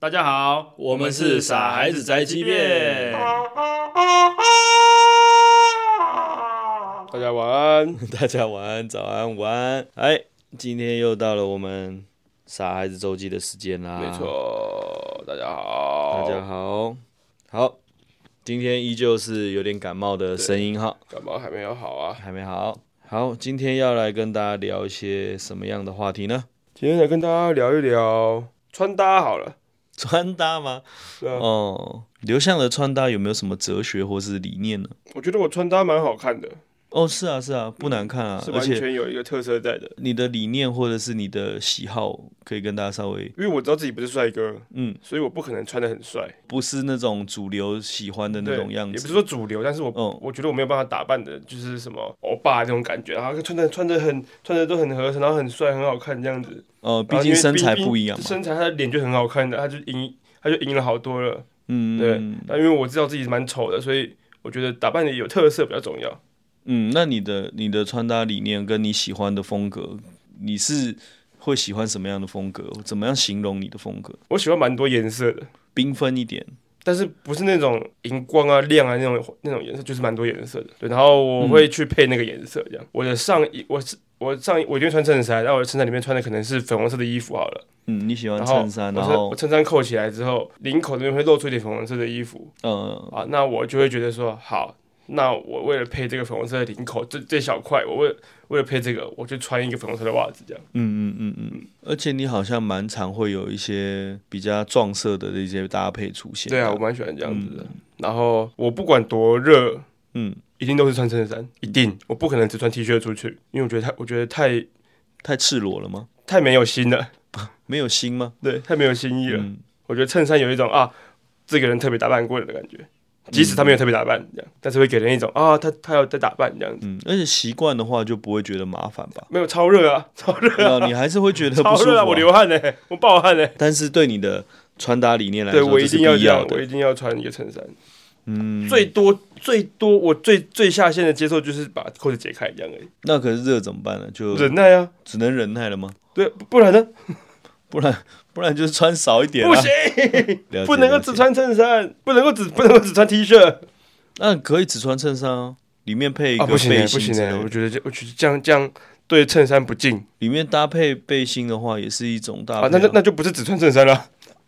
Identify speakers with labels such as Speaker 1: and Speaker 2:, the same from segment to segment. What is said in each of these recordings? Speaker 1: 大家好，
Speaker 2: 我们是傻孩子宅急便
Speaker 1: 大家晚安。
Speaker 2: 大家晚安、早安、午安。哎，今天又到了我们傻孩子周记的时间啦。
Speaker 1: 没，错，大家好，
Speaker 2: 啊大家好，好，今天依旧是有点感冒的声音哈，
Speaker 1: 感冒还没有好啊？
Speaker 2: 还没好。好，今天要来跟大家聊一些什么样的话题呢？
Speaker 1: 今天来跟大家聊一聊穿搭好了，
Speaker 2: 穿搭吗？
Speaker 1: 对啊，
Speaker 2: 哦，刘向的穿搭有没有什么哲学或是理念呢？
Speaker 1: 我觉得我穿搭蛮好看的，
Speaker 2: 哦，是啊，是啊，不难看啊，
Speaker 1: 是
Speaker 2: 而
Speaker 1: 完
Speaker 2: 且
Speaker 1: 全有一个特色在的，
Speaker 2: 你的理念或者是你的喜好，可以跟大家稍微
Speaker 1: 因为我知道自己不是帅哥，
Speaker 2: 嗯，
Speaker 1: 所以我不可能穿的很帅，
Speaker 2: 不是那种主流喜欢的那
Speaker 1: 对
Speaker 2: 种样
Speaker 1: 也不
Speaker 2: 子
Speaker 1: 是。说主流，但是我、
Speaker 2: 嗯
Speaker 1: 我觉得我没有办法打扮的，就是什么欧巴那种感觉，然后穿的穿的很穿的都很合身，然后很帅，很好看这样子。
Speaker 2: 呃，
Speaker 1: 然
Speaker 2: 毕
Speaker 1: 后
Speaker 2: 竟
Speaker 1: 因为
Speaker 2: 身材
Speaker 1: 毕
Speaker 2: 不一样嘛。
Speaker 1: 身材他的脸就很好看的，他就赢他就赢了好多了。
Speaker 2: 嗯，
Speaker 1: 对
Speaker 2: 嗯
Speaker 1: 那因为我知道自己蛮丑的，所以我觉得打扮的有特色比较重要。
Speaker 2: 嗯，那你的你的穿搭理念跟你喜欢的风格，你是会喜欢什么样的风格？怎么样形容你的风格？
Speaker 1: 我喜欢蛮多颜色的，
Speaker 2: 缤纷一点，
Speaker 1: 但是不是那种荧光啊、亮啊那种那种颜色，就是蛮多颜色的。对，然后我会去配那个颜色，这样。我的上衣，
Speaker 2: 嗯
Speaker 1: 我是我上衣，我一定会穿衬衫，然后我的衬衫里面穿的可能是粉红色的衣服好了，
Speaker 2: 嗯，你喜欢
Speaker 1: 然后
Speaker 2: 衬衫，
Speaker 1: 我
Speaker 2: 然
Speaker 1: 衬我
Speaker 2: 后
Speaker 1: 衬衫扣起来之后，领口那边会露出一点粉红色的衣服
Speaker 2: 呃，
Speaker 1: 啊，那我就会觉得说，好，那我为了配这个粉红色的领口这这小块，我为为了配这个，我就穿一个粉红色的袜子这样。
Speaker 2: 嗯嗯嗯嗯，而且你好像蛮常会有一些比较撞色的一些搭配出现。
Speaker 1: 对啊，我蛮喜欢这样子的。然后我不管多热，
Speaker 2: 嗯，
Speaker 1: 一定都是穿衬衫，一定，我不可能只穿 T 恤出去，因为我觉得太，我觉得太
Speaker 2: 太赤裸了吗？
Speaker 1: 太没有心了，
Speaker 2: 没有心吗？
Speaker 1: 对，太没有新意了。
Speaker 2: 嗯
Speaker 1: 我觉得衬衫有一种啊，这个人特别打扮过的感觉，
Speaker 2: 嗯
Speaker 1: 即使他没有特别打扮这样，但是会给人一种啊，他他有在打扮这样子。？
Speaker 2: 嗯，而且习惯的话就不会觉得麻烦吧
Speaker 1: 没有超热啊，超热啊，
Speaker 2: 那你还是会觉得不
Speaker 1: 超
Speaker 2: 舒服、
Speaker 1: 热啊！
Speaker 2: 啊。
Speaker 1: 我流汗呢、我暴汗呢、
Speaker 2: 但是对你的穿搭理念来
Speaker 1: 对
Speaker 2: 说，
Speaker 1: 我
Speaker 2: 这
Speaker 1: 一
Speaker 2: 是
Speaker 1: 定要
Speaker 2: 必
Speaker 1: 这样，我
Speaker 2: 的
Speaker 1: 一。定要穿一个衬衫。
Speaker 2: 嗯，
Speaker 1: 最多最多，我最最下限的接受就是把扣子解开这样而已，
Speaker 2: 那可是热怎么办呢？就
Speaker 1: 忍耐啊。
Speaker 2: 只能忍耐了吗？
Speaker 1: 对，不不然呢？
Speaker 2: 不然不然就是穿少一点、啊，
Speaker 1: 不行，
Speaker 2: 了解，
Speaker 1: 不能够
Speaker 2: 了解
Speaker 1: 只。穿衬衫，不能够只不能够只穿 T 恤
Speaker 2: 那可以只穿衬衫啊，里面配一个
Speaker 1: 不行
Speaker 2: 背
Speaker 1: 欸不
Speaker 2: 心
Speaker 1: 行
Speaker 2: 之类
Speaker 1: 欸
Speaker 2: 的、
Speaker 1: 我觉得这我觉得这样这样对衬衫不敬
Speaker 2: 里面搭配背心的话也是一种搭
Speaker 1: 啊，
Speaker 2: 配、
Speaker 1: 那那那就不是只穿衬衫了。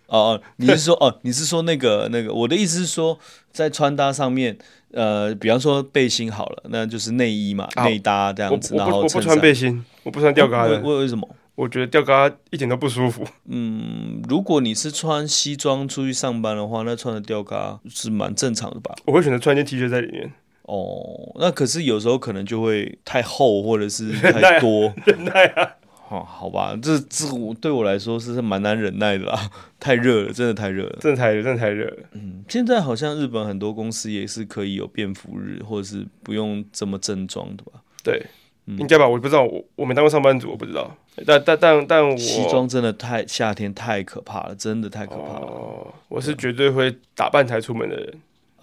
Speaker 2: 哦哦，你是说哦，你是说那个那个？我的意思是说，在穿搭上面，呃，比方说背心好了，那就是内衣嘛，
Speaker 1: 啊
Speaker 2: 内搭这
Speaker 1: 我
Speaker 2: 样子，
Speaker 1: 不我
Speaker 2: 然
Speaker 1: 不我
Speaker 2: 后
Speaker 1: 不
Speaker 2: 衬
Speaker 1: 穿
Speaker 2: 衫。
Speaker 1: 背心，我不穿吊嘎
Speaker 2: 为
Speaker 1: 的，
Speaker 2: 为为什么？
Speaker 1: 我觉得吊嘎一点都不舒服。
Speaker 2: 嗯，如果你是穿西装出去上班的话，那穿的吊嘎是蛮正常的吧？
Speaker 1: 我会选择穿一件 T 恤在里
Speaker 2: 嗯
Speaker 1: 面，
Speaker 2: 哦，那可是有时候可能就会太厚或者是太多，
Speaker 1: 忍耐啊。
Speaker 2: 哦，好吧，这这个我对我来说是蛮难忍耐的啦， 太热了，真的太热了。
Speaker 1: 真的太热，真的太热了。
Speaker 2: 嗯，现在好像日本很多公司也是可以有便服日，或者是不用这么正装的吧？
Speaker 1: 对，
Speaker 2: 嗯
Speaker 1: 应该吧？我不知道，我我没当过上班族，我不知道。但但但但我
Speaker 2: 西装真的太夏天太可怕了，真的太可怕了。
Speaker 1: 哦，我
Speaker 2: 啊
Speaker 1: 是绝对会打扮才出门的人。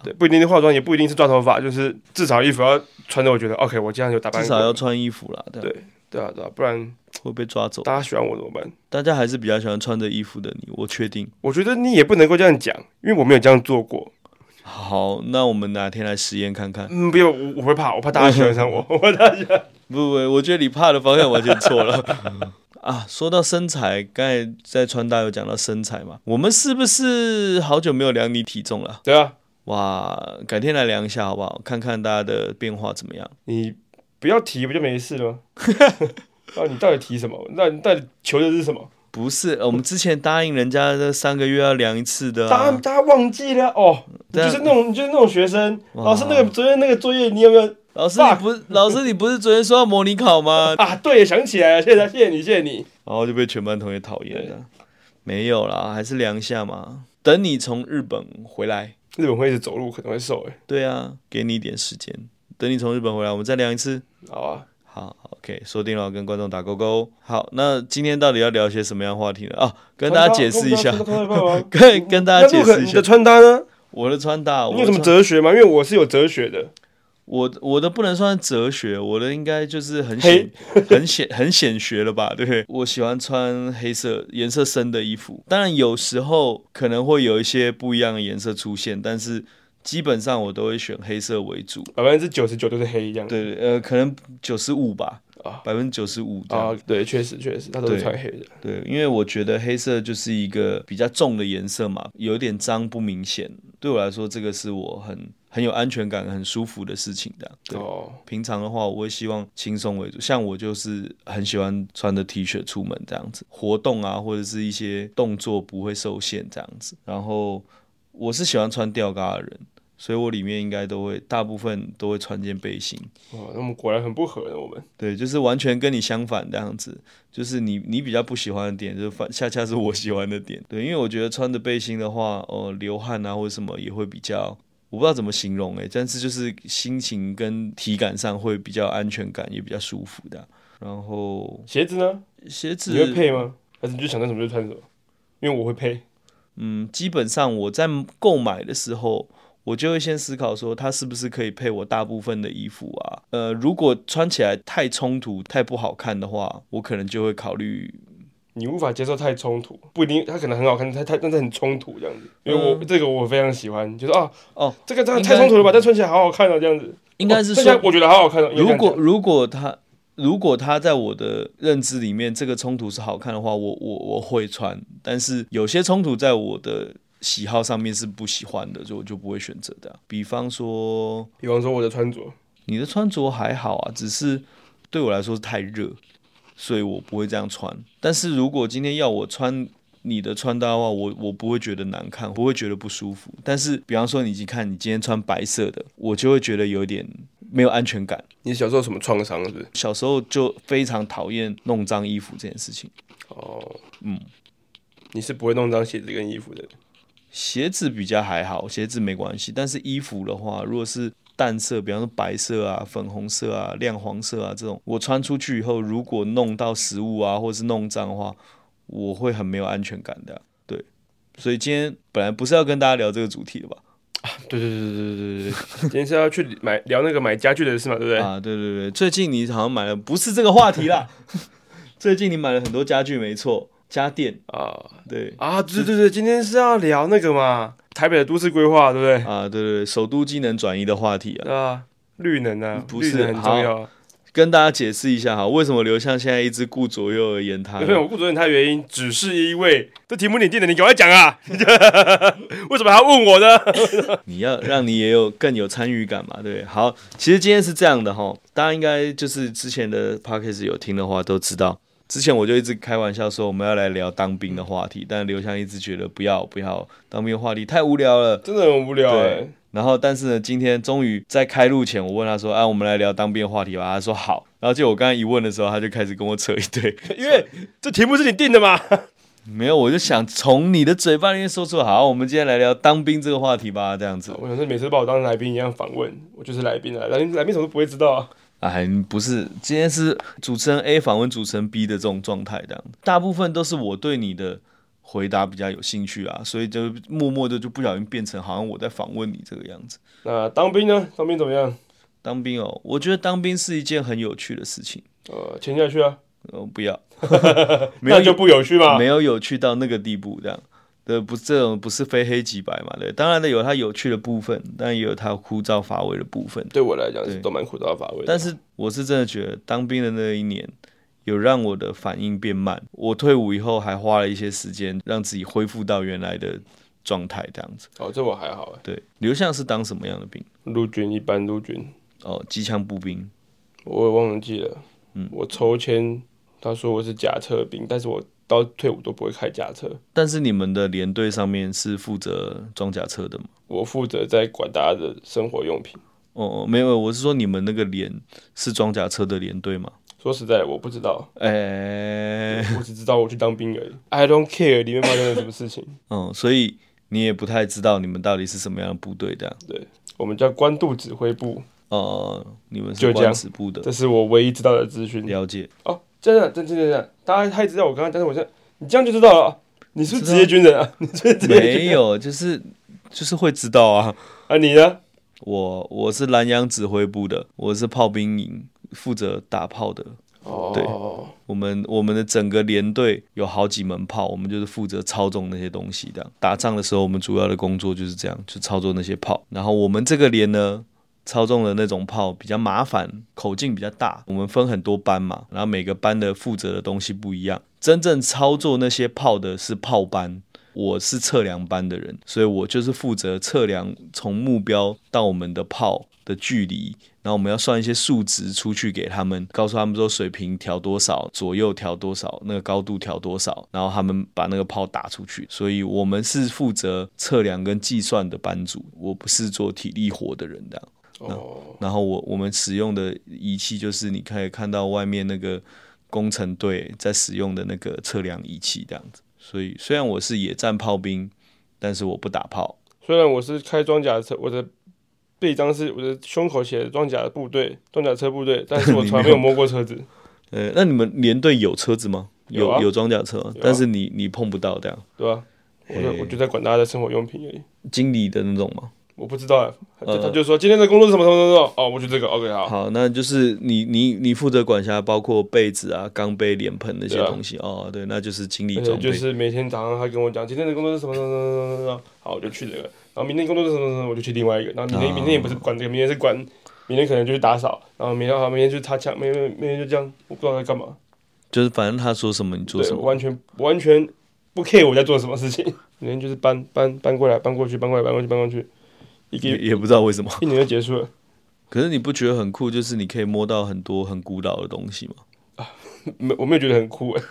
Speaker 2: 哦
Speaker 1: 对，不一定是化妆，也不一定是抓头发，就是至少衣服要穿的，我觉得 OK，我这样有打扮
Speaker 2: 至
Speaker 1: 过。
Speaker 2: 少要穿衣服啦，对吧，
Speaker 1: 对对啊对啊，不然
Speaker 2: 会被抓走。
Speaker 1: 大家喜欢我怎么办？
Speaker 2: 大家还是比较喜欢穿着衣服的你，我确定。
Speaker 1: 我觉得你也不能够这样讲，因为我没有这样做过。
Speaker 2: 好，那我们哪天来实验看看？
Speaker 1: 嗯，不要，我我会怕，我怕大家喜欢 上我，我怕大家喜欢。
Speaker 2: 不不，我觉得你怕的方向完全错了。啊，说到身材，刚才在穿搭有讲到身材嘛，我们是不是好久没有量你体重了？
Speaker 1: 对啊，
Speaker 2: 哇，改天来量一下好不好？看看大家的变化怎么样？
Speaker 1: 你不要提不就没事了 吗？啊，你到底提什么？那你到底求的是什么？
Speaker 2: 不是，呃我们之前答应人家这三个月要量一次的、
Speaker 1: 大家
Speaker 2: 啊，
Speaker 1: 大家忘记了哦，你
Speaker 2: 对啊
Speaker 1: 就是那种你就是那种学生，
Speaker 2: 哇
Speaker 1: 老师那个昨天那个作业你有没有
Speaker 2: 老师你不是老师你不是昨天说要模拟 考吗？
Speaker 1: 啊？对，想起来了，谢谢谢谢你谢谢你。
Speaker 2: 然后就被全班同学讨厌了。没有啦，还是量一下嘛。等你从日本回来，
Speaker 1: 日本会一直走路可能会瘦哎、
Speaker 2: 对啊，给你一点时间。等你从日本回来，我们再量一次。
Speaker 1: 好啊，
Speaker 2: 好，OK，说定了，跟观众打勾勾。好，那今天到底要聊些什么样的话题呢？啊，跟大家解释一下，
Speaker 1: 穿搭穿搭
Speaker 2: 跟跟大家
Speaker 1: 那
Speaker 2: 解
Speaker 1: 陆可
Speaker 2: 释一
Speaker 1: 你
Speaker 2: 下
Speaker 1: 的穿搭呢？
Speaker 2: 我的穿搭，
Speaker 1: 你
Speaker 2: 我
Speaker 1: 有什
Speaker 2: 的
Speaker 1: 么
Speaker 2: 穿
Speaker 1: 哲学吗？因为我是有哲学的，
Speaker 2: 我我的不能算哲学，我的应该就是很显很显 很显学了吧，对不对？我喜欢穿黑色颜色深的衣服，当然有时候可能会有一些不一样的颜色出现，但是基本上我都会选黑色为主。
Speaker 1: 百分之九十九都是黑这样。
Speaker 2: 对，呃，可能九十五吧
Speaker 1: 啊，
Speaker 2: 百分之九十五这样。
Speaker 1: 啊，对，确实确实，他都是
Speaker 2: 对
Speaker 1: 穿黑的。
Speaker 2: 对，因为我觉得黑色就是一个比较重的颜色嘛，有点脏不明显。对我来说，这个是我很很有安全感、很舒服的事情的。对，
Speaker 1: 哦，
Speaker 2: 平常的话，我会希望轻松为主。像我就是很喜欢穿着 T 恤出门这样子，活动啊或者是一些动作不会受限这样子。然后我是喜欢穿吊嘎的人，所以我里面应该都会大部分都会穿件背心。
Speaker 1: 哇，哦那我们果然很不合呢，我们。
Speaker 2: 对，就是完全跟你相反这样子，就是你你比较不喜欢的点，就是反恰恰是我喜欢的点。对，因为我觉得穿着背心的话，哦，流汗啊或者什么也会比较，我不知道怎么形容诶、欸但是就是心情跟体感上会比较安全感，也比较舒服的。然后
Speaker 1: 鞋子呢？
Speaker 2: 鞋子
Speaker 1: 你会配吗？还是你就想穿什么就穿什么？因为我会配。
Speaker 2: 嗯，基本上我在购买的时候，我就会先思考说，它是不是可以配我大部分的衣服啊？呃，如果穿起来太冲突、太不好看的话，我可能就会考虑
Speaker 1: 你无法接受太冲突，不一定，它可能很好看，它它但是很冲突这样子。因为我、这个我非常喜欢，就是啊
Speaker 2: 嗯哦，
Speaker 1: 这个真的
Speaker 2: 应
Speaker 1: 太
Speaker 2: 该
Speaker 1: 冲突了吧？但穿起来好好看哦，这样子。
Speaker 2: 应该是
Speaker 1: 哦穿起来
Speaker 2: 说，
Speaker 1: 我觉得好好看哦。应该这
Speaker 2: 如
Speaker 1: 样
Speaker 2: 果
Speaker 1: 讲
Speaker 2: 如果他如果他在我的认知里面，这个冲突是好看的话，我我我会穿。但是有些冲突在我的喜好上面是不喜欢的，所以我就不会选择的啊。比方说，
Speaker 1: 比方说我的穿着，
Speaker 2: 你的穿着还好啊，只是对我来说是太热，所以我不会这样穿。但是如果今天要我穿你的穿搭的话，我我不会觉得难看，不会觉得不舒服。但是，比方说你去看你今天穿白色的，我就会觉得有点没有安全感。
Speaker 1: 你小时候有什么创伤是不是？
Speaker 2: 小时候就非常讨厌弄脏衣服这件事情。
Speaker 1: 哦，嗯，你是不会弄脏鞋子跟衣服的。
Speaker 2: 鞋子比较还好，鞋子没关系，但是衣服的话，如果是淡色，比方说白色啊、粉红色啊、亮黄色啊这种，我穿出去以后，如果弄到食物啊，或是弄脏的话，我会很没有安全感的啊、对，所以今天本来不是要跟大家聊这个主题的吧？
Speaker 1: 对对对对对对对，今天是要去买聊那个买家具的事嘛，对不对？
Speaker 2: 啊，对对对，最近你好像买了，不是这个话题啦。 最近你买了很多家具，没错，家电，
Speaker 1: 啊
Speaker 2: 对。
Speaker 1: 啊，对对对，今天是要聊那个嘛，台北的都市规划，对不对？
Speaker 2: 啊，对对对，首都机能转移的话题啊，
Speaker 1: 对啊，绿能啊，
Speaker 2: 不是
Speaker 1: 绿能很重要啊。
Speaker 2: 跟大家解释一下哈，为什么刘向现在一直顾左右而言他呢？
Speaker 1: 没有，我不主任他的原因只是因为这题目你定的，你赶快讲啊！ 为什么还要问我呢？
Speaker 2: 你要让你也有更有参与感嘛，对不对？好，其实今天是这样的哈，大家应该就是之前的 p o d c a s t 有听的话都知道，之前我就一直开玩笑说我们要来聊当兵的话
Speaker 1: 嗯
Speaker 2: 题，但刘翔一直觉得不要不要，当兵的话题太无聊了。
Speaker 1: 真的很无聊哎、
Speaker 2: 对，然后但是呢，今天终于在开录前，我问他说：“啊，我们来聊当兵的话题吧。”他说好。然后就我刚才一问的时候，他就开始跟我扯一堆，
Speaker 1: 因为这题目是你定的嘛。
Speaker 2: 没有，我就想从你的嘴巴里面说出好，我们今天来聊当兵这个话题吧，这样子。
Speaker 1: 我想说，每次都把我当来宾一样访问，我就是来宾啊，来宾来宾什么都不会知道啊。
Speaker 2: 哎，你不是，今天是主持人 A 访问主持人 B 的这种状态，这样大部分都是我对你的回答比较有兴趣啊，所以就默默的就不小心变成好像我在访问你这个样子。
Speaker 1: 那当兵呢？当兵怎么样？
Speaker 2: 当兵哦，我觉得当兵是一件很有趣的事情。
Speaker 1: 呃，签下去啊，
Speaker 2: 呃，不要，没有
Speaker 1: 那就不有趣嘛
Speaker 2: 没。有有趣到那个地步，这样。对，不，这种不是非黑即白嘛？对，当然的有它有趣的部分，但也有它枯燥乏味的部分。
Speaker 1: 对我来讲是都蛮枯燥乏味的。啊
Speaker 2: 但是我是真的觉得当兵的那一年，有让我的反应变慢。我退伍以后还花了一些时间让自己恢复到原来的状态，这样子。
Speaker 1: 哦，这我还好哎，
Speaker 2: 对，刘向是当什么样的兵？
Speaker 1: 陆军一般陆军，
Speaker 2: 哦，机枪步兵。
Speaker 1: 我也忘记了。嗯，我抽签，他说我是甲车兵，但是我到退伍都不会开甲车，
Speaker 2: 但是你们的连队上面是负责装甲车的吗？
Speaker 1: 我负责在管大家的生活用品。
Speaker 2: 哦哦，没有，我是说你们那个连是装甲车的连队吗？
Speaker 1: 说实在，的，我不知 道，
Speaker 2: 哎、
Speaker 1: 我只知道我去当兵而已。I don't care 里面发生了什么事情。
Speaker 2: 嗯，所以你也不太知道你们到底是什么样的部队的。
Speaker 1: 对，我们叫官渡指挥部，
Speaker 2: 哦、你们是
Speaker 1: 就这
Speaker 2: 官
Speaker 1: 样
Speaker 2: 职部的，
Speaker 1: 这是我唯一知道的资讯。
Speaker 2: 了解。
Speaker 1: 哦，真的，真真真的，大家太知道我刚刚，但是我现在你这样就知道了啊。 你是不是
Speaker 2: 知道
Speaker 1: 职业军人啊？你是不是职业军
Speaker 2: 没有，就是就是会知道啊。
Speaker 1: 啊？你呢？
Speaker 2: 我我是南洋指挥部的，我是炮兵营负责打炮的。
Speaker 1: 哦，
Speaker 2: 对我们我们的整个连队有好几门炮，我们就是负责操纵那些东西的。打仗的时候，我们主要的工作就是这样，就操作那些炮。然后我们这个连呢，操纵的那种炮比较麻烦，口径比较大，我们分很多班嘛，然后每个班的负责的东西不一样。真正操作那些炮的是炮班。我是测量班的人，所以我就是负责测量从目标到我们的炮的距离，然后我们要算一些数值出去给他们，告诉他们说水平调多少，左右调多少，那个高度调多少，然后他们把那个炮打出去。所以我们是负责测量跟计算的班组，我不是做体力活的人这样。
Speaker 1: 哦，
Speaker 2: 然后我我们使用的仪器就是你可以看到外面那个工程队在使用的那个测量仪器这样子。所以虽然我是野战炮兵，但是我不打炮。
Speaker 1: 虽然我是开装甲车，我的背章是我的胸口写的装甲部队、装甲车部队，但是我从来 没有摸过车子。
Speaker 2: 呃，那你们连队有车子吗？
Speaker 1: 有啊
Speaker 2: 有装甲车，
Speaker 1: 有啊
Speaker 2: 但是你你碰不到这样。
Speaker 1: 对吧、我就
Speaker 2: 嘿
Speaker 1: 我就在管大家的生活用品而已，
Speaker 2: 经理的那种吗？
Speaker 1: 我不知道啊。他就
Speaker 2: 呃
Speaker 1: 他就说今天的工作是什么什么什么，哦，我就这个，OK，好，
Speaker 2: 好，那就是你你你负责管辖，包括被子啊、钢杯、脸盆那些
Speaker 1: 对啊
Speaker 2: 东西、哦。对，那就是经理
Speaker 1: 而且
Speaker 2: 装备。
Speaker 1: 就是每天早上他跟我讲今天的工作是什么什么什么什么什么，好，我就去这个，然后明天工作是什么什么，我就去另外一个，然后明天、
Speaker 2: 啊
Speaker 1: 明天也不是管这个，明天是管，明天可能就去打扫，然后明天好，明天就擦墙，明天明天就这样，我不知道在干嘛，
Speaker 2: 就是反正他说什么你做
Speaker 1: 对
Speaker 2: 什
Speaker 1: 我
Speaker 2: 么。
Speaker 1: 完全我完全不 care 我在做什么事情， 明天就是搬搬搬过来搬过去搬过来搬过去搬过去，一个
Speaker 2: 也也不知道为什么，
Speaker 1: 一年就结束了，
Speaker 2: 可是你不觉得很酷？就是你可以摸到很多很古老的东西吗？
Speaker 1: 没我没有觉得很酷哎，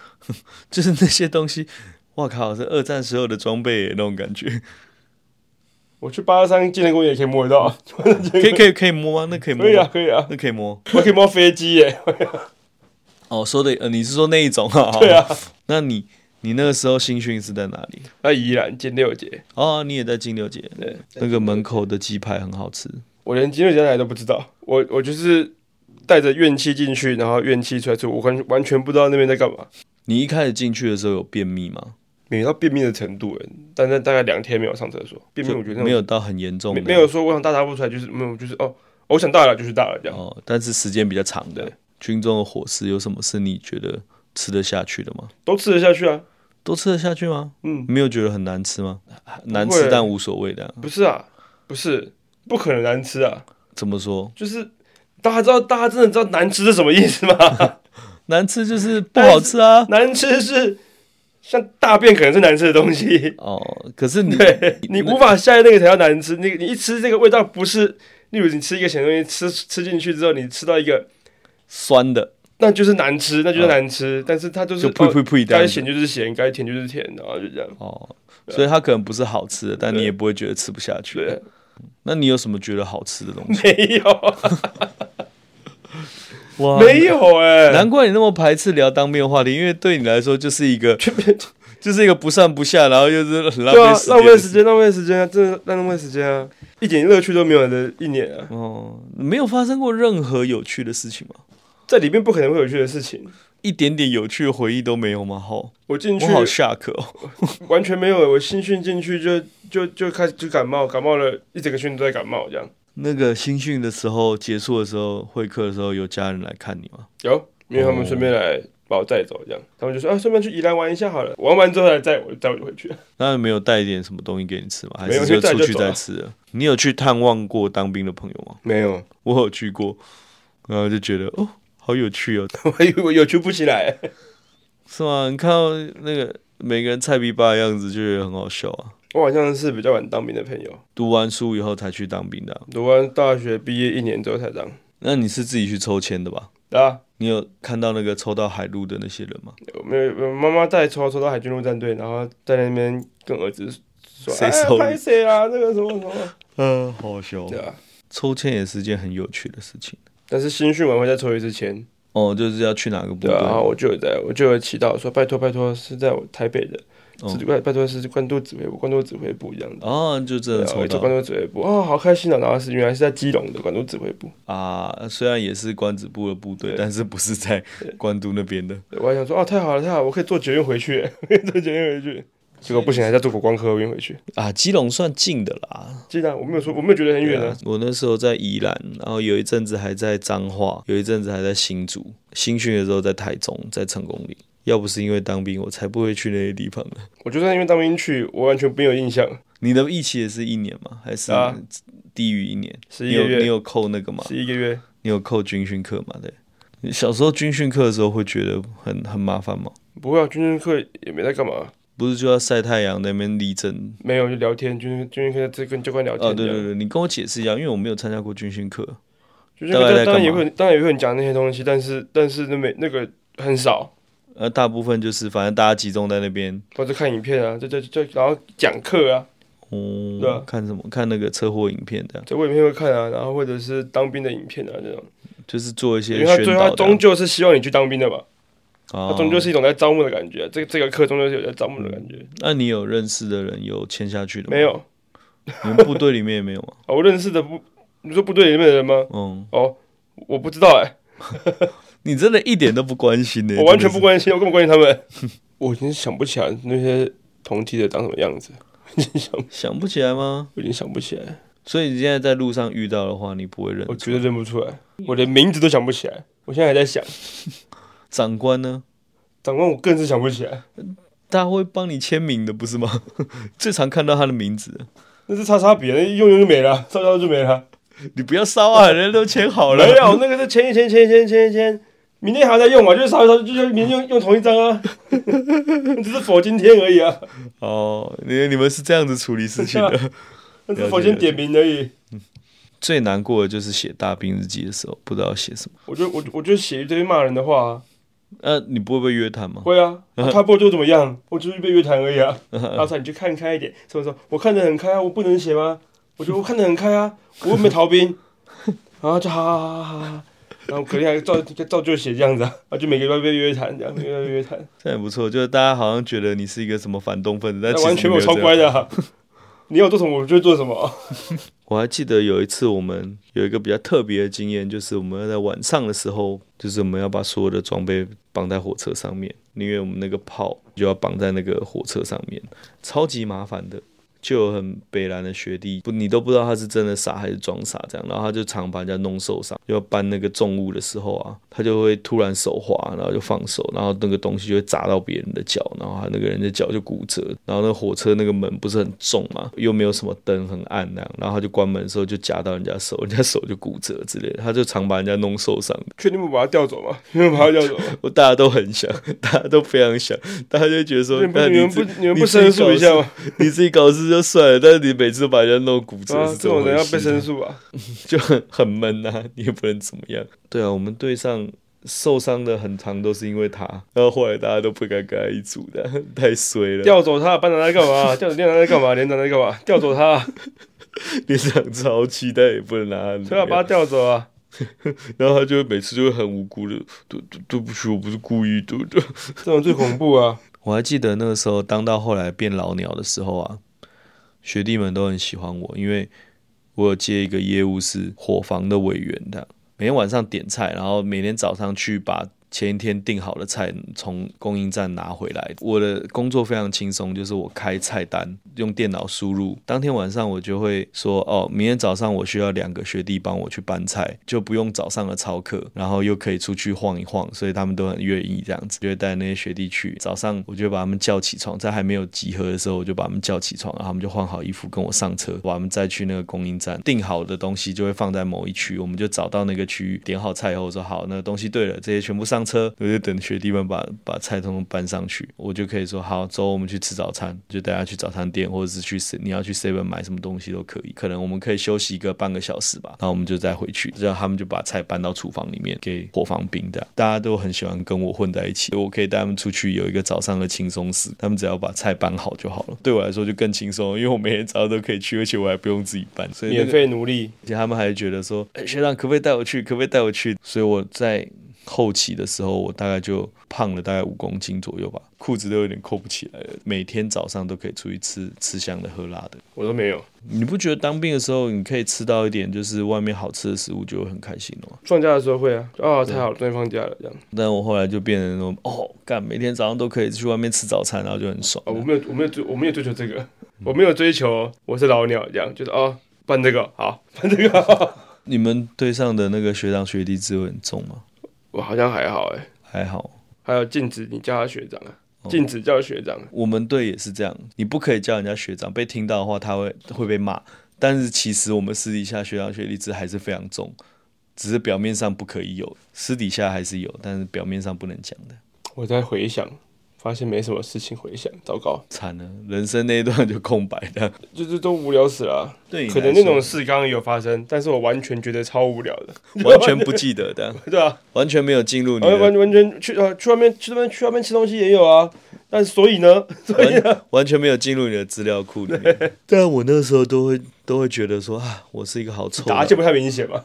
Speaker 2: 就是那些东西，哇靠，是二战时候的装备耶那种 感觉，
Speaker 1: 我去八二三纪念公园也可以摸得到，
Speaker 2: 可以可以可以摸吗？那可以摸
Speaker 1: 可以啊
Speaker 2: 吗？
Speaker 1: 可以啊，
Speaker 2: 那可以摸。
Speaker 1: 我可以摸飞机耶，
Speaker 2: 哦，说的呃，你是说那一种啊？
Speaker 1: 对啊，
Speaker 2: 那你你那个时候新训是在哪里？
Speaker 1: 那宜兰见六节，
Speaker 2: 哦，你也在金牛节，
Speaker 1: 对。
Speaker 2: 那个门口的鸡排很好吃。
Speaker 1: 我连金牛奖哪都不知道，我我就是带着怨气进去，然后怨气出来出，我完完全不知道那边在干嘛，
Speaker 2: 你一开始进去的时候有便秘吗？
Speaker 1: 美到便秘的程度了，但是大概两天没有上厕所，便秘我觉得那种
Speaker 2: 没有到很严重
Speaker 1: 没
Speaker 2: 的，
Speaker 1: 没有说我想大大不出来，就是没有就是哦，我想大了就是大了这样，
Speaker 2: 哦，但是时间比较长的
Speaker 1: 对。
Speaker 2: 军中的伙食有什么是你觉得吃得下去的吗？
Speaker 1: 都吃得下去啊，
Speaker 2: 都吃得下去吗？
Speaker 1: 嗯，
Speaker 2: 没有觉得很难吃吗？难
Speaker 1: 不
Speaker 2: 吃
Speaker 1: 会
Speaker 2: 但无所谓的啊、
Speaker 1: 不是啊，不是，不可能难吃啊，
Speaker 2: 怎么说？
Speaker 1: 就是大家知道大家真的知道难吃是什么意思吗？
Speaker 2: 难吃就是不好吃啊。
Speaker 1: 难吃是像大便可能是难吃的东西，
Speaker 2: 哦，可是你
Speaker 1: 对 你无法下咽那个才叫难吃，你你一吃这个味道不是，例如你吃一个咸东西，吃吃进去之后，你吃到一个，
Speaker 2: 酸的
Speaker 1: 那就是难吃，那就是难吃，但是它啊就是
Speaker 2: 就呸呸呸
Speaker 1: 哦该
Speaker 2: 的
Speaker 1: 咸就是咸，该甜就是甜，然后就这样。
Speaker 2: 哦，所以它可能不是好吃的，但你也不会觉得吃不下去
Speaker 1: 啊对
Speaker 2: 的。，那你有什么觉得好吃的东西？
Speaker 1: 没有
Speaker 2: 哇
Speaker 1: 没有哎、
Speaker 2: 难怪你那么排斥聊当面的话题，因为对你来说就是 一个就是一个不上不下，然后又是很浪
Speaker 1: 对啊
Speaker 2: 费时，间
Speaker 1: 浪
Speaker 2: 的
Speaker 1: 费
Speaker 2: 事
Speaker 1: 时间，浪费时间啊，真的浪费时间啊，一点乐趣都没有的一年啊，
Speaker 2: 哦，没有发生过任何有趣的事情吗？
Speaker 1: 在里面不可能会有趣的事情。
Speaker 2: 一点点有趣的回忆都没有吗？吼，
Speaker 1: 我进去
Speaker 2: 我好下课哦。
Speaker 1: 完全没有，我新训进去就就就开始就感冒，感冒了一整个训都在感冒这样。
Speaker 2: 那个新训的时候，结束的时候，会课的时候，有家人来看你吗？
Speaker 1: 有，因为他们顺便来把我载走，这样，他们就说啊，顺便去宜兰玩一下好了，玩完之后来载我，载我就回去了。
Speaker 2: 那有没有带一点什么东西给你吃吗？还
Speaker 1: 没有
Speaker 2: 是就
Speaker 1: 就带
Speaker 2: 出
Speaker 1: 就
Speaker 2: 去
Speaker 1: 走了
Speaker 2: 再吃了？你有去探望过当兵的朋友吗？
Speaker 1: 没有，
Speaker 2: 我有去过，然后就觉得哦，好有趣哦，
Speaker 1: 我以为我有去不起来。
Speaker 2: 是吗？你看到那个每个人菜逼巴的样子，就觉得很好笑啊。
Speaker 1: 我好像是比较晚当兵的朋友，
Speaker 2: 读完书以后才去当兵的啊、
Speaker 1: 读完大学毕业一年之后才当。
Speaker 2: 那你是自己去抽签的吧？
Speaker 1: 啊，
Speaker 2: 你有看到那个抽到海陆的那些人吗？
Speaker 1: 我没有，我妈妈带抽抽到海军陆战队，然后在那边跟儿子说，
Speaker 2: 谁
Speaker 1: 哎
Speaker 2: 手，里
Speaker 1: 拍谁啊？那个什么什么，
Speaker 2: 嗯，好笑
Speaker 1: 对啊。
Speaker 2: 抽签也是件很有趣的事情。
Speaker 1: 但是新训完会再抽一次签，
Speaker 2: 哦，就是要去哪个部
Speaker 1: 对
Speaker 2: 队？
Speaker 1: 啊，然后我就有在，我就有祈祷说，拜托拜托，是在我台北的，
Speaker 2: 哦
Speaker 1: 是拜拜托是关渡指挥部，关渡指挥部这样子。
Speaker 2: 哦，就真的
Speaker 1: 对啊我
Speaker 2: 抽
Speaker 1: 一直
Speaker 2: 到
Speaker 1: 关注指挥部，哦，好开心啊！然后是原来是在基隆的关注指挥部，
Speaker 2: 啊！虽然也是关子部的部队，
Speaker 1: 对
Speaker 2: 但是不是在关都那边的。
Speaker 1: 对我还想说，哦，太好了，太好了，我可以坐捷运回去，可以坐捷运回去。结果不行，还是要坐国光客运回去。
Speaker 2: 啊，基隆算近的啦，
Speaker 1: 记得啊我没有说，我没有觉得很远
Speaker 2: 对
Speaker 1: 啊
Speaker 2: 啊。我那时候在宜兰，然后有一阵子还在彰化，有一阵子还在新竹，新训的时候在台中，在成功里。要不是因为当兵，我才不会去那些地方呢。
Speaker 1: 我就算因为当兵去，我完全没有印象。
Speaker 2: 你的疫期也是一年吗？还是
Speaker 1: 啊
Speaker 2: 低于一年？
Speaker 1: 十
Speaker 2: 你
Speaker 1: 一个
Speaker 2: 有你
Speaker 1: 月，
Speaker 2: 有扣那个吗？
Speaker 1: 十一个月，
Speaker 2: 你有扣军训课吗？对，你小时候军训课的时候会觉得很很麻烦吗？
Speaker 1: 不会啊，军训课也没在干嘛，
Speaker 2: 不是就要晒太阳在那边立正？
Speaker 1: 没有就聊天，军训军训课在跟教官聊天。
Speaker 2: 哦，对
Speaker 1: 这
Speaker 2: 对
Speaker 1: 样，
Speaker 2: 对，你跟我解释一下，因为我没有参加过军训课。
Speaker 1: 军训
Speaker 2: 大概在
Speaker 1: 课当然
Speaker 2: 干
Speaker 1: 也
Speaker 2: 嘛
Speaker 1: 会，当然也会讲那些东西，但是但是那没那个很少，
Speaker 2: 呃，大部分就是反正大家集中在那边，
Speaker 1: 或者看影片啊，这这这，然后讲课啊，
Speaker 2: 哦，
Speaker 1: 对啊
Speaker 2: 看什么？看那个车祸影片的，
Speaker 1: 这我影片会看啊，然后或者是当兵的影片啊这种，
Speaker 2: 就是做一些
Speaker 1: 因为他
Speaker 2: 宣
Speaker 1: 最
Speaker 2: 导
Speaker 1: 后他
Speaker 2: 的。啊
Speaker 1: 终究是希望你去当兵的嘛，
Speaker 2: 哦
Speaker 1: 他终究是一种在招募的感觉，啊这个这个课终究是有在招募的感觉，
Speaker 2: 那你有认识的人有签下去的吗？
Speaker 1: 没，有，
Speaker 2: 你们部队里面也没有吗？
Speaker 1: 啊我认识的不，你说部队里面的人吗？
Speaker 2: 嗯，
Speaker 1: 哦，我不知道哎、
Speaker 2: 你真的一点都不关心呢、
Speaker 1: 我完全不
Speaker 2: 真的是。
Speaker 1: 关心，我根本关心他们。 我已经想不起来那些同梯的长什么样子，
Speaker 2: 想不起来吗？
Speaker 1: 我已经想不起来，
Speaker 2: 所以你现在在路上遇到的话，你不会认
Speaker 1: 我
Speaker 2: 出
Speaker 1: 绝对认不出来，我连名字都想不起来。我现在还在想，
Speaker 2: 长官呢？
Speaker 1: 长官我更是想不起来，
Speaker 2: 他会帮你签名的，不是吗？ 最常看到他的名字，
Speaker 1: 那是叉叉笔，啊那一用用就没了，烧烧就没了。
Speaker 2: 你不要烧啊，人家都签好了
Speaker 1: 没。有，那个是签一签，签一签，签一签，明天还要再用嘛，就是烧一烧，就是明天用用同一张 啊，只是否今天而已啊，
Speaker 2: 哦，你你们是这样子处理事情的。
Speaker 1: 那只是啊否今点名而已。
Speaker 2: 最难过的就是写大兵日记的时候，不知道写什么。
Speaker 1: 我就我我就写一堆骂人的话、啊，
Speaker 2: 呃，你不会被约谈吗？
Speaker 1: 会 啊，啊他不就怎么样？我只是被约谈而已啊。阿才你去看开一点，什么什么，我看得很开啊，我不能写吗？我觉得我看得很开啊，我又没逃兵。 然后就好好好好好好，然后隔天还照照旧写这样子啊，啊就每个礼拜被约谈这样，每个礼拜被约 谈，
Speaker 2: 这样也不错，就是大家好像觉得你是一个什么反动分子，但
Speaker 1: 那
Speaker 2: 其实
Speaker 1: 完
Speaker 2: 你
Speaker 1: 全
Speaker 2: 没
Speaker 1: 我
Speaker 2: 有
Speaker 1: 超
Speaker 2: 这样
Speaker 1: 乖。的、啊。你要做什么，我就做什么。
Speaker 2: 我还记得有一次我们有一个比较特别的经验，就是我们要在晚上的时候，就是我们要把所有的装备绑在火车上面，因为我们那个炮就要绑在那个火车上面，超级麻烦的。就有很北蓝的学弟，不，你都不知道他是真的傻还是装傻这样，然后他就常把人家弄受伤。要搬那个重物的时候啊，他就会突然手滑，然后就放手，然后那个东西就会砸到别人的脚，然后他那个人的脚就骨折。然后那火车那个门不是很重嘛，又没有什么灯，很暗那样，然后他就关门的时候就夹到人家手，人家手就骨折之类的，他就常把人家弄受伤。
Speaker 1: 确定不把他调走吗？ 你们把他调走吗？
Speaker 2: 我大家都很想，大家都非常想，大家就觉得说，
Speaker 1: 你
Speaker 2: 那
Speaker 1: 们你们
Speaker 2: 自
Speaker 1: 不你们
Speaker 2: 你
Speaker 1: 不
Speaker 2: 自己
Speaker 1: 申诉
Speaker 2: 搞
Speaker 1: 一下
Speaker 2: 事
Speaker 1: 吗？
Speaker 2: 你自己搞事就算了，但是你每次都把人家弄骨折
Speaker 1: 啊，
Speaker 2: 是
Speaker 1: 这
Speaker 2: 怎
Speaker 1: 种
Speaker 2: 么回事，
Speaker 1: 人要被申诉啊！
Speaker 2: 就很很闷呐、你也不能怎么样。对啊，我们队上受伤的很长都是因为他，然后后来大家都不敢跟他一组的，太衰了。
Speaker 1: 调走他，班长在干嘛？ 调走连长在干嘛？连长在干嘛？调走 他，
Speaker 2: 连长超期待也不能拿他怎
Speaker 1: 所以要
Speaker 2: 么
Speaker 1: 把
Speaker 2: 样，
Speaker 1: 他调走啊！
Speaker 2: 然后他就每次就会很无辜的，对对对不起，我不是故意的。对
Speaker 1: 这种最恐怖啊！
Speaker 2: 我还记得那个时候，当到后来变老鸟的时候啊，学弟们都很喜欢我，因为我有接一个业务是伙房的委员的，每天晚上点菜，然后每天早上去把前一天订好的菜从供应站拿回来。我的工作非常轻松，就是我开菜单，用电脑输入，当天晚上我就会说，哦，明天早上我需要两个学弟帮我去搬菜，就不用早上的操课，然后又可以出去晃一晃，所以他们都很愿意这样子，就会带那些学弟去。早上我就把他们叫起床，在还没有集合的时候，我就把他们叫起床，然后他们就换好衣服跟我上车，把他们再去那个供应站订好的东西就会放在某一区，我们就找到那个区域，点好菜以后我说好，那个东西对了，这些全部上车，我就等学弟们把把菜通通搬上去，我就可以说好，走，我们去吃早餐，就带他去早餐店，或者是去 se- 你要去 seven 买什么东西都可以，可能我们可以休息一个半个小时吧，然后我们就再回去，这样他们就把菜搬到厨房里面给伙房兵的，大家都很喜欢跟我混在一起，我可以带他们出去有一个早上的轻松时，他们只要把菜搬好就好了，对我来说就更轻松，因为我每天早上都可以去，而且我还不用自己搬，所以那
Speaker 1: 免
Speaker 2: 个
Speaker 1: 费奴隶，
Speaker 2: 而且他们还觉得说，哎、学长可不可以带我去？可不可以带我去？所以我在后期的时候，我大概就胖了大概五公斤左右吧，裤子都有点扣不起来了。每天早上都可以出去吃吃香的喝辣的。
Speaker 1: 我都没有。
Speaker 2: 你不觉得当兵的时候，你可以吃到一点就是外面好吃的食物，就会很开心哦？
Speaker 1: 放假的时候会啊，就啊太好了，终于放假了这样。
Speaker 2: 但我后来就变成那种哦，干每天早上都可以去外面吃早餐，然后就很爽。
Speaker 1: 哦，我没有，我没有追，我没有追求这个， 我没有追求我是老鸟这样，就是哦办这个好， 办这个好。
Speaker 2: 你们队上的那个学长学弟制会很重吗？
Speaker 1: 我好像还好哎、
Speaker 2: 还好，
Speaker 1: 还有禁止你叫他学长啊，禁止叫学长啊。
Speaker 2: 我们队也是这样，你不可以叫人家学长，被听到的话他会会被骂。但是其实我们私底下学长学弟制还是非常重，只是表面上不可以有，私底下还是有，但是表面上不能讲的。
Speaker 1: 我在回想，发现没什么事情回想，糟糕，
Speaker 2: 惨了，人生那一段就空白的。
Speaker 1: 就就都无聊死了啊、
Speaker 2: 对你来
Speaker 1: 可
Speaker 2: 说
Speaker 1: 能那种事刚刚有发生，但是我完全觉得超无聊的，
Speaker 2: 完全不记得的，
Speaker 1: 对啊，
Speaker 2: 完全没有进入你
Speaker 1: 完
Speaker 2: 的
Speaker 1: 完完全去呃去外面去那边去外面吃东西也有啊，但所以呢，所以呢，
Speaker 2: 完完全没有进入你的资料库里面。但我那时候都会都会觉得说啊，我是一个好臭的
Speaker 1: 答案就不太明显嘛。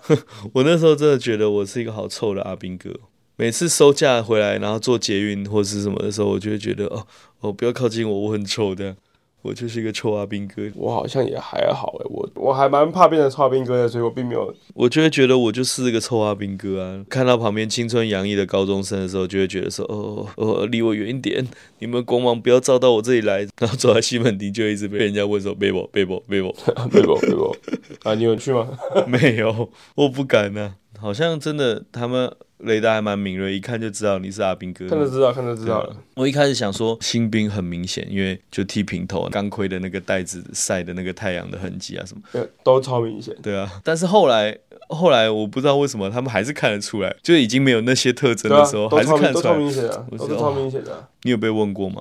Speaker 2: 我那时候真的觉得我是一个好臭的阿兵哥。每次收假回来，然后坐捷运或是什么的时候，我就会觉得哦哦，不要靠近我，我很臭的，我就是一个臭阿兵哥。
Speaker 1: 我好像也还好哎、我我还蛮怕变成超兵哥的，所以我并没有
Speaker 2: 我就会觉得我就是个臭阿兵哥啊！看到旁边青春洋溢的高中生的时候，就会觉得说：“哦哦，离我远一点，你们光芒不要照到我这里来。”然后走在西门町，就一直被人家问说：“贝博，贝博，贝博。
Speaker 1: 没有没有啊，你有去吗？”
Speaker 2: 没有，我不敢呢、好像真的，他们雷达还蛮敏锐，一看就知道你是阿兵哥。
Speaker 1: 看得知道，看得知道了。
Speaker 2: 我一开始想说新兵很明显，因为就剃平头、钢盔的那个带子晒的那个太阳的痕迹啊什么。
Speaker 1: 呃都超明显。
Speaker 2: 对啊，但是后来后来我不知道为什么他们还是看得出来，就已经没有那些特征
Speaker 1: 对啊
Speaker 2: 的时候，，
Speaker 1: 都
Speaker 2: 还是
Speaker 1: 超
Speaker 2: 看
Speaker 1: 明
Speaker 2: 得
Speaker 1: 都
Speaker 2: 出
Speaker 1: 超
Speaker 2: 来。
Speaker 1: 明显的啊，
Speaker 2: 我
Speaker 1: 都
Speaker 2: 知
Speaker 1: 是
Speaker 2: 道
Speaker 1: 超明显的啊。
Speaker 2: 你有被问过吗？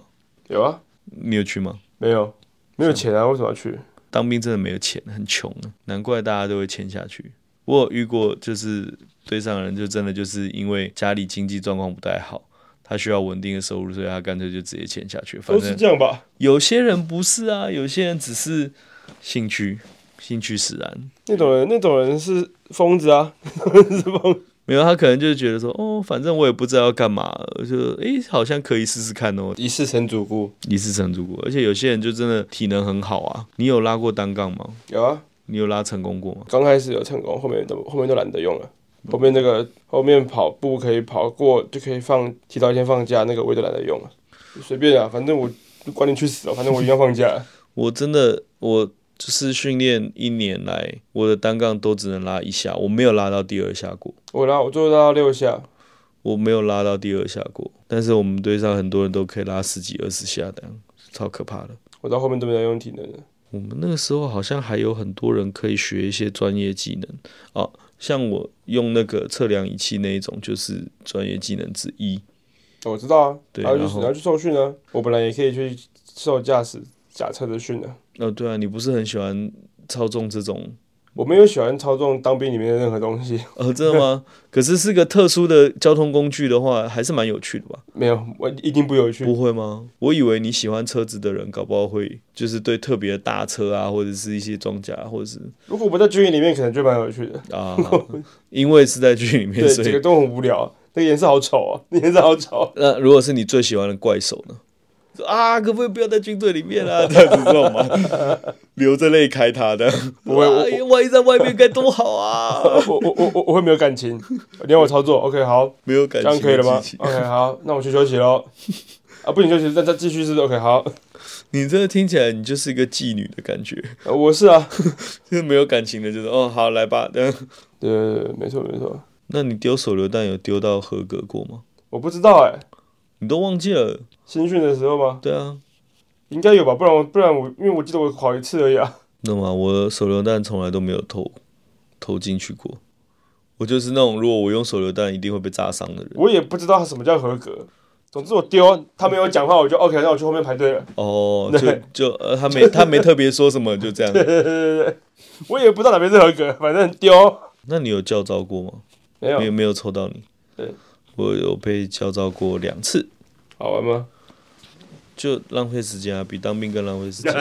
Speaker 1: 有啊，
Speaker 2: 你有去吗？
Speaker 1: 没有没有钱啊，为什么要去？
Speaker 2: 当兵真的没有钱，很穷啊，难怪大家都会签下去。我有遇过，就是队上的人就真的就是因为家里经济状况不太好，他需要稳定的收入，所以他干脆就直接签下去。反
Speaker 1: 都
Speaker 2: 正
Speaker 1: 是这样吧？
Speaker 2: 有些人不是啊，有些人只是兴趣，兴趣使然。
Speaker 1: 那种人，那种人是疯子啊， 是疯子。
Speaker 2: 没有，他可能就是觉得说，哦，反正我也不知道要干嘛，就诶，好像可以试试看哦，
Speaker 1: 一世成主顾。
Speaker 2: 一次成主顾。而且有些人就真的体能很好啊。你有拉过单杠吗？
Speaker 1: 有啊，
Speaker 2: 你有拉成功过吗？
Speaker 1: 刚开始有成功，后面都后面都懒得用了。后面那个后面跑步可以跑过，就可以放提早一天放假，那个我也都懒得用了，随便啊，反正我管你去死哦，反正我一定要放假。
Speaker 2: 我真的，我就是训练一年来，我的单杠都只能拉一下，我没有拉到第二下过。
Speaker 1: 我拉我最后拉到六下，
Speaker 2: 我没有拉到第二下过，但是我们队上很多人都可以拉十几、二十下的，超可怕的。
Speaker 1: 我到后面都没有用体能了。
Speaker 2: 我们那个时候好像还有很多人可以学一些专业技能哦，像我用那个测量仪器那一种就是专业技能之一。
Speaker 1: 我知道啊，
Speaker 2: 对
Speaker 1: 然后就
Speaker 2: 然
Speaker 1: 是
Speaker 2: 后
Speaker 1: 然后去受训啊。我本来也可以去受驾驶假车的训啊。
Speaker 2: 哦，对啊，你不是很喜欢操纵这种？
Speaker 1: 我没有喜欢操纵当兵里面的任何东西，
Speaker 2: 哦，真的吗？ 可是是个特殊的交通工具的话，还是蛮有趣的吧？
Speaker 1: 没有，我一定不有趣。
Speaker 2: 不会吗？我以为你喜欢车子的人，搞不好会就是对特别的大车啊，或者是一些装甲，啊或者是
Speaker 1: 如果我在军营里面，可能就蛮有趣的。
Speaker 2: 啊，因为是在剧里面，
Speaker 1: 对，
Speaker 2: 所
Speaker 1: 这
Speaker 2: 以
Speaker 1: 个都很无聊，那个颜色好丑啊，那个颜色好丑。
Speaker 2: 那如果是你最喜欢的怪手呢？说啊，可不可以不要在军队里面 啊？这样子这种吗？流着泪开他的，
Speaker 1: 不会我
Speaker 2: 哎呀万一在外面该多好啊！
Speaker 1: 我我我我我会没有感情，你要我操作，OK，好，
Speaker 2: 没有感
Speaker 1: 这
Speaker 2: 情
Speaker 1: 样可以了吗
Speaker 2: 激情
Speaker 1: ？OK，好，那我去休息喽。啊，不行休息，那再继续是 OK，好，
Speaker 2: 你这听起来你就是一个妓女的感觉，
Speaker 1: 呃我是啊，
Speaker 2: 就是没有感情的，就是哦，好来吧。嗯
Speaker 1: 对对对，没错没错，
Speaker 2: 那你丢手榴弹有丢到合格过吗？
Speaker 1: 我不知道哎、
Speaker 2: 你都忘记了？
Speaker 1: 新训的时候吗？
Speaker 2: 对啊，
Speaker 1: 应该有吧，不然我不然我因为我记得我考一次而已啊。
Speaker 2: 那么我手榴弹从来都没有投投进去过，我就是那种如果我用手榴弹一定会被炸伤的人。
Speaker 1: 我也不知道他什么叫合格。总之我丢，他没有讲话，我就 OK，那我去后面排队了。
Speaker 2: 哦，就
Speaker 1: 对
Speaker 2: 就呃，他 没他没特别说什么，就这样。
Speaker 1: 对对对对， 我也不知道哪边是合格，反正丢
Speaker 2: 那你有教招过吗？
Speaker 1: 没有
Speaker 2: 没有没有抽到你。
Speaker 1: 对，
Speaker 2: 我有被教招过两次，
Speaker 1: 好玩吗？
Speaker 2: 就浪费时间啊，比当兵更浪费时间。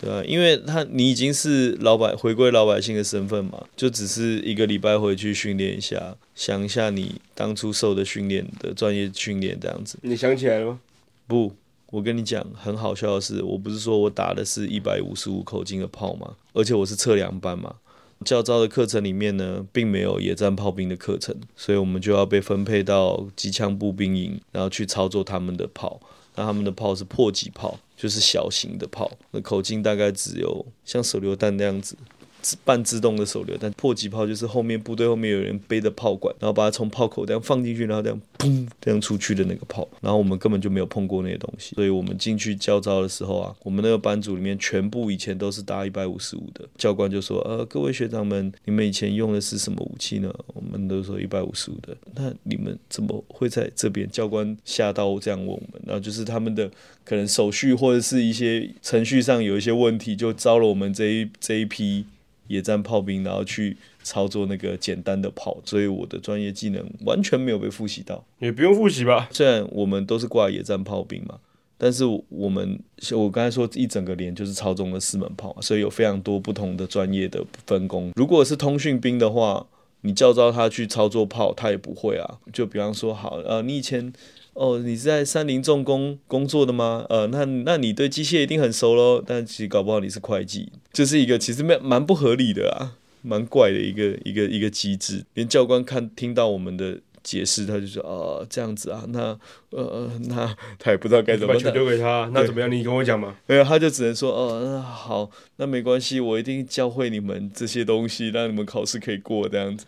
Speaker 2: 对啊，因为他你已经是老百回归老百姓的身份嘛，就只是一个礼拜回去训练一下，想一下你当初受的训练的专业训练这样子。
Speaker 1: 你想起来了吗？
Speaker 2: 不，我跟你讲，很好笑的是，我不是说我打的是一百五十五口径的炮吗？而且我是测量班嘛。教招的课程里面呢，并没有野战炮兵的课程，所以我们就要被分配到机枪步兵营，然后去操作他们的炮。那他们的炮是迫击炮，就是小型的炮，那口径大概只有像手榴弹那样子，自半自动的手榴弹。迫击炮就是后面部队后面有人背着炮管，然后把它从炮口这样放进去，然后这样砰这样出去的那个炮。然后我们根本就没有碰过那些东西，所以我们进去教招的时候啊，我们那个班组里面全部以前都是打一百五十五的，教官就说：“呃，各位学长们，你们以前用的是什么武器呢？”我们都说一百五十五的，那你们怎么会在这边？教官吓到这样问我们，然后就是他们的可能手续或者是一些程序上有一些问题，就招了我们这一这一批野战炮兵，然后去操作那个简单的炮，所以我的专业技能完全没有被复习到。
Speaker 1: 也不用复习吧？
Speaker 2: 啊虽然我们都是挂野战炮兵嘛，但是我们我刚才说一整个连就是操纵了四门炮嘛，所以有非常多不同的专业的分工。如果是通讯兵的话，你叫招他去操作炮，他也不会啊。就比方说，好，呃，你以前哦，你是在三菱重工工作的吗？呃，那那你对机械一定很熟喽。但其实搞不好你是会计，这、是一个其实蛮蛮不合理的啊，蛮怪的一个一个一个机制。连教官看听到我们的解释，他就说哦这样子啊，那呃那他也不知道该
Speaker 1: 就
Speaker 2: 怎
Speaker 1: 把
Speaker 2: 么办
Speaker 1: 球丢给他，那怎么样？你跟我讲嘛。
Speaker 2: 没有，他就只能说，哦，那好，那没关系，我一定教会你们这些东西，让你们考试可以过这样子。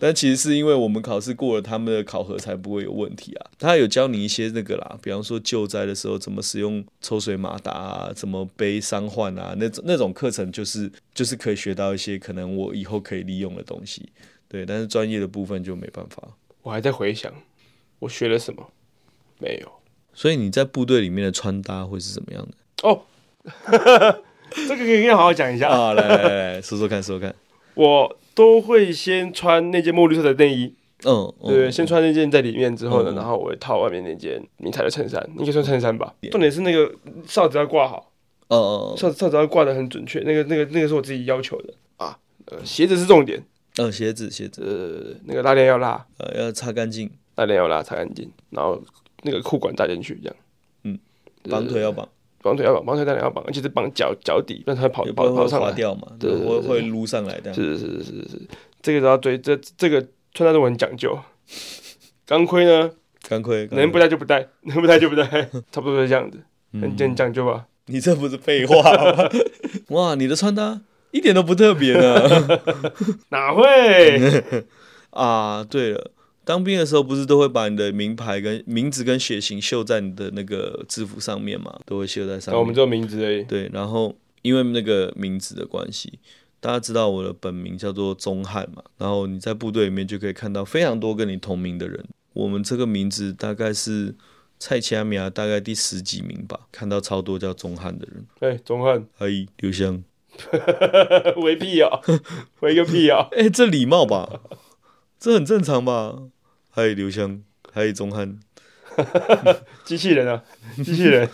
Speaker 2: 但其实是因为我们考试过了，他们的考核才不会有问题啊。他有教你一些那个啦，比方说救灾的时候怎么使用抽水马达啊，怎么背伤患啊，那种那种课程就是就是可以学到一些可能我以后可以利用的东西。对，但是专业的部分就没办法。
Speaker 1: 我还在回想，我学了什么？没有。
Speaker 2: 所以你在部队里面的穿搭会是怎么样的？
Speaker 1: 哦， 这个可以好好讲一下。
Speaker 2: 啊，来来来来，说说看，说说看。
Speaker 1: 我都会先穿那件墨绿色的内衣，
Speaker 2: 嗯，嗯
Speaker 1: 对，先穿那件在里面之后呢，
Speaker 2: 嗯
Speaker 1: 然后我会套外面那件迷彩的衬衫，应该算衬衫吧。重点是那个哨子要挂好，
Speaker 2: 哦哦，哦
Speaker 1: 哨子哨子要挂的很准确，那个那个那个是我自己要求的啊。呃，鞋子是重点，
Speaker 2: 呃，鞋子鞋子，
Speaker 1: 呃，那个拉链要拉，
Speaker 2: 呃，要擦干净，
Speaker 1: 拉链要拉擦干净，然后那个裤管扎进去，这样
Speaker 2: 绑腿要绑，
Speaker 1: 绑腿要绑，绑腿当然要绑，而且是绑脚脚底，让它跑
Speaker 2: 要不
Speaker 1: 跑
Speaker 2: 然
Speaker 1: 跑
Speaker 2: 会
Speaker 1: 上
Speaker 2: 滑
Speaker 1: 来。
Speaker 2: 掉嘛，
Speaker 1: 对对对
Speaker 2: 会会撸上来的。
Speaker 1: 是是是是是，这个都要对，这这个穿搭都很讲究。钢盔呢，
Speaker 2: 钢盔，钢盔
Speaker 1: 能不戴就不戴， 能不戴就不戴，差不多是这样子，很很讲究吧。
Speaker 2: 你这不是废话吗？ 哇，你的穿搭一点都不特别呢。
Speaker 1: 哪会？
Speaker 2: 啊，对了，当兵的时候不是都会把你的名牌跟名字跟血型绣在你的那个制服上面嘛，都会绣在上
Speaker 1: 哦那我
Speaker 2: 面
Speaker 1: 们。只有名字而已。
Speaker 2: 对，然后因为那个名字的关系，大家知道我的本名叫做钟汉嘛，然后你在部队里面就可以看到非常多跟你同名的人。我们这个名字大概是蔡奇阿米啊亚大概第十几名吧，看到超多叫钟汉的人，
Speaker 1: 哎，钟汉，
Speaker 2: 阿姨刘香，
Speaker 1: 回屁 哦，回个屁哦。
Speaker 2: 哎，这礼貌吧，这很正常吧？嗨，刘哎香，嗨，钟汉，
Speaker 1: 机器人啊， 机器人。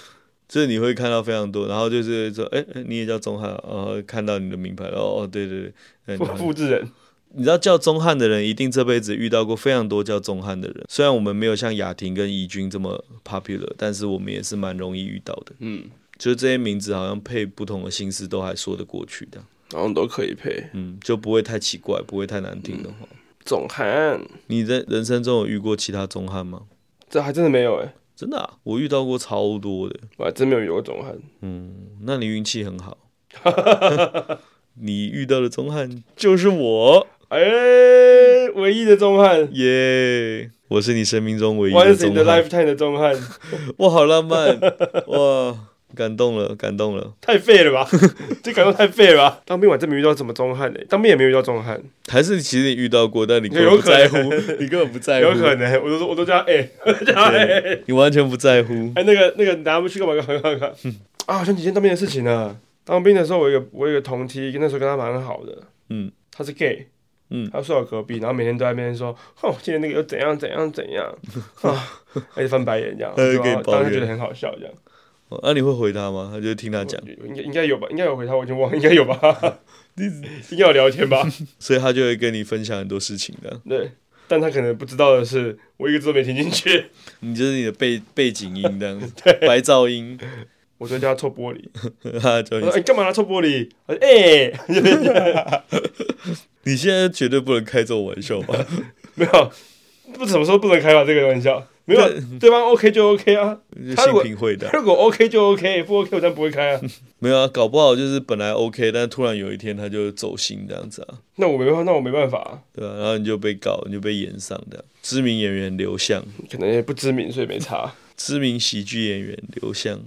Speaker 2: 这你会看到非常多，然后就是说，哎，哎你也叫钟汉啊，哦，看到你的名牌，哦哦，对对对，哎
Speaker 1: 复
Speaker 2: 你好
Speaker 1: 复制人，
Speaker 2: 你知道叫钟汉的人，一定这辈子遇到过非常多叫钟汉的人。虽然我们没有像雅婷跟怡君这么 popular，但是我们也是蛮容易遇到的。
Speaker 1: 嗯，
Speaker 2: 就是这些名字好像配不同的姓氏都还说得过去的，
Speaker 1: 然后都可以配。
Speaker 2: 嗯，就不会太奇怪，不会太难听的话。
Speaker 1: 总汉，
Speaker 2: 你在人生中有遇过其他钟汉吗？
Speaker 1: 这还真的没有哎，
Speaker 2: 真的、啊，我遇到过超多的。
Speaker 1: 我还真没有遇过总汉，
Speaker 2: 那你运气很 好，你遇到的钟汉就是我，
Speaker 1: 哎，嗯唯一的钟汉
Speaker 2: 耶、我是你生命中唯一的
Speaker 1: ，once in
Speaker 2: 钟
Speaker 1: the
Speaker 2: 汉。
Speaker 1: lifetime 的钟汉，
Speaker 2: 哇，好 浪漫哇！感动了，感动了。
Speaker 1: 太废 了吧？这感动太废了吧？当兵我还真没遇到什么钟汉呢，当兵也没有遇到钟汉，
Speaker 2: 还是其实你遇到过，但你根
Speaker 1: 有
Speaker 2: 本不
Speaker 1: 可能
Speaker 2: 在乎， 你根本不在乎，
Speaker 1: 有可哎能，我都说我都叫他哎， 我都叫他哎。
Speaker 2: 对你完全不在乎。
Speaker 1: 哎，那个那个，拿不去干嘛干嘛干嘛干嘛？啊，好像几件当兵的事情呢。当兵的时候，我有一个我有一个同梯，那时候跟他蛮好的，
Speaker 2: 嗯，
Speaker 1: 他是 gay，
Speaker 2: 嗯
Speaker 1: 他睡我隔壁，然后每天都在那边说，哦，今天那个又怎 样怎样怎样，啊，而且翻白眼这样，
Speaker 2: 呃
Speaker 1: 然
Speaker 2: 给你
Speaker 1: 后
Speaker 2: 抱
Speaker 1: 当时觉
Speaker 2: 怨
Speaker 1: 得很好笑这样。
Speaker 2: 哦那、你会回他吗？他就听他讲，
Speaker 1: 应该应该有吧，应该有回他，我已经忘了，应该 有吧，应该有聊天吧，
Speaker 2: 所以他就会跟你分享很多事情的。
Speaker 1: 对，但他可能不知道的是，我一个字都没听进去，
Speaker 2: 你就是你的背背景音这样子，白噪音，
Speaker 1: 我昨天叫他凑玻璃，
Speaker 2: 他就
Speaker 1: 我说哎，你干嘛拿凑玻璃？ 他说哎，
Speaker 2: 你现在绝对不能开这种玩笑吧？
Speaker 1: 没有，啊不什么时候不能开吧啊这个玩笑，没有，啊对方 OK 就 OK 啊，
Speaker 2: 就
Speaker 1: 他如
Speaker 2: 性
Speaker 1: 果
Speaker 2: 平会的，
Speaker 1: 如果 OK 就 OK，不 OK 我当然不会开啊。
Speaker 2: 没有啊，搞不好就是本来 OK，但突然有一天他就走心这样子啊，
Speaker 1: 那我没办法，那我没办法、啊，
Speaker 2: 对吧、然后你就被告，你就被延上的。知名演员刘向，
Speaker 1: 可能也不知名，所以没差，
Speaker 2: 知名喜剧演员刘向，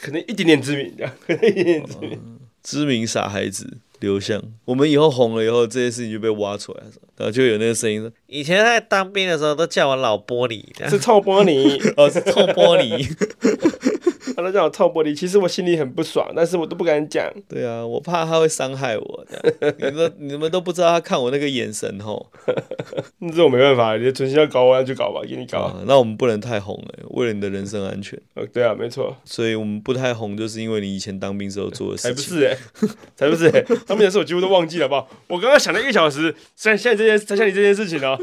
Speaker 1: 可能一点点知名这样，可能一点点知名。
Speaker 2: 知名傻孩子刘向，我们以后红了以后，这些事情就被挖出来了，然后就有那个声音说
Speaker 3: 以前在当兵的时候都叫我老玻璃，这
Speaker 1: 是
Speaker 3: 样
Speaker 1: 臭玻璃，
Speaker 2: 哦是臭玻璃，
Speaker 1: 他都叫我臭玻璃。其实我心里很不爽，但是我都不敢讲。
Speaker 2: 对啊，我怕他会伤害我，这样你们你们都不知道他看我那个眼神吼，
Speaker 1: 那这我没办法，你的存心要搞我，那就搞吧，给你搞。
Speaker 2: 啊，那我们不能太红了，为了你的人身安全，
Speaker 1: 呃，对啊，没错，
Speaker 2: 所以我们不太红，就是因为你以前当兵时候做的
Speaker 1: 才
Speaker 2: 事
Speaker 1: 不
Speaker 2: 情。
Speaker 1: 是哎、才不是哎、他们的事我几乎都忘记了，好不好？我刚刚想了一个小时，像像你这件，像你这件事情哦，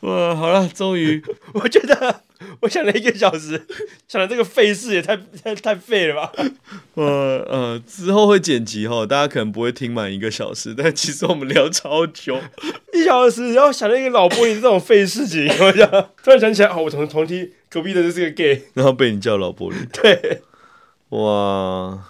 Speaker 2: 哇，好了，终于
Speaker 1: 我觉得我想了一个小时，想的这个废事也太太太废了吧？
Speaker 2: 呃呃，之后会剪辑哈，大家可能不会听满一个小时，但其实我们聊超久。
Speaker 1: 一小时，然后想了一个老玻璃这种废事情，我想突然想起来，哦，我同同梯隔壁的就是个 gay，
Speaker 2: 然后被你叫老玻璃。
Speaker 1: 对，
Speaker 2: 哇，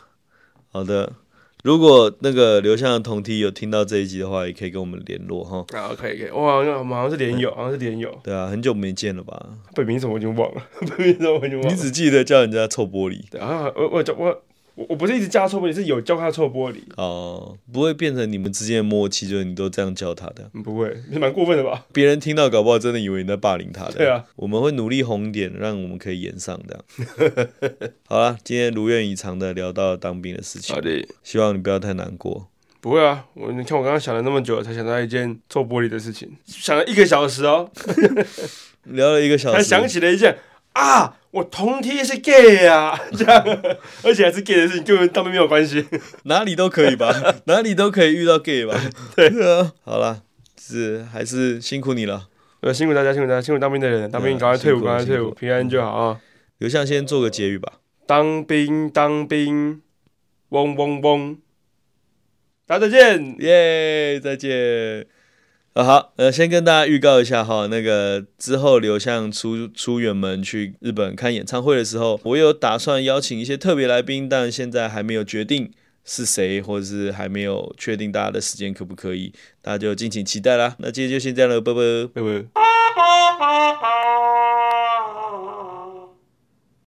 Speaker 2: 好的。如果那个刘向的同梯有听到这一集的话，也可以跟我们联络哈。
Speaker 1: 啊，可以可以，哇，那我们好像是连友，好像是连友，
Speaker 2: 对啊，很久没见了吧？
Speaker 1: 本名什么我已经忘了，本名什么我已经忘
Speaker 2: 你
Speaker 1: 了。
Speaker 2: 只记得叫人家臭玻璃
Speaker 1: 对啊，我我叫我我我不是一直叫他臭玻璃，是有叫他臭玻璃，
Speaker 2: 哦，不会变成你们之间的默契，就是你都这样叫他的，
Speaker 1: 嗯不会，是蛮过分的吧？
Speaker 2: 别人听到搞不好真的以为你在霸凌他的。
Speaker 1: 对啊，
Speaker 2: 我们会努力红点，让我们可以延上的。好啦，今天如愿以偿的聊到当兵的事情，
Speaker 1: 的，
Speaker 2: 希望你不要太难过。
Speaker 1: 不会啊，我你看我刚刚想了那么久，才想到一件臭玻璃的事情，想了一个小时哦，
Speaker 2: 聊了一个小
Speaker 1: 才
Speaker 2: 时，
Speaker 1: 想起了一件啊。我同梯是 gay 啊，这样， 而且还是 gay 的事情，跟我们当兵没有关系。
Speaker 2: 哪里都可以吧，哪里都可以遇到 gay 吧。对啊，好啦，是还是辛苦你了。
Speaker 1: 呃，辛苦大家，辛苦大家，辛苦当兵的人，当兵赶快退伍，
Speaker 2: 辛苦
Speaker 1: 赶快退
Speaker 2: 辛
Speaker 1: 伍，
Speaker 2: 苦
Speaker 1: 平安就好啊！
Speaker 2: 刘向先做个结语吧。
Speaker 1: 当兵，当兵，嗡嗡嗡，大家再见。
Speaker 2: 耶、再见。啊好，呃，先跟大家预告一下哈，那个之后刘向出出远门去日本看演唱会的时候，我有打算邀请一些特别来宾，但现在还没有决定是谁，或者是还没有确定大家的时间可不可以，大家就敬请期待啦。那今天就先这样了，拜拜。
Speaker 1: 拜拜。
Speaker 4: 啊啊啊！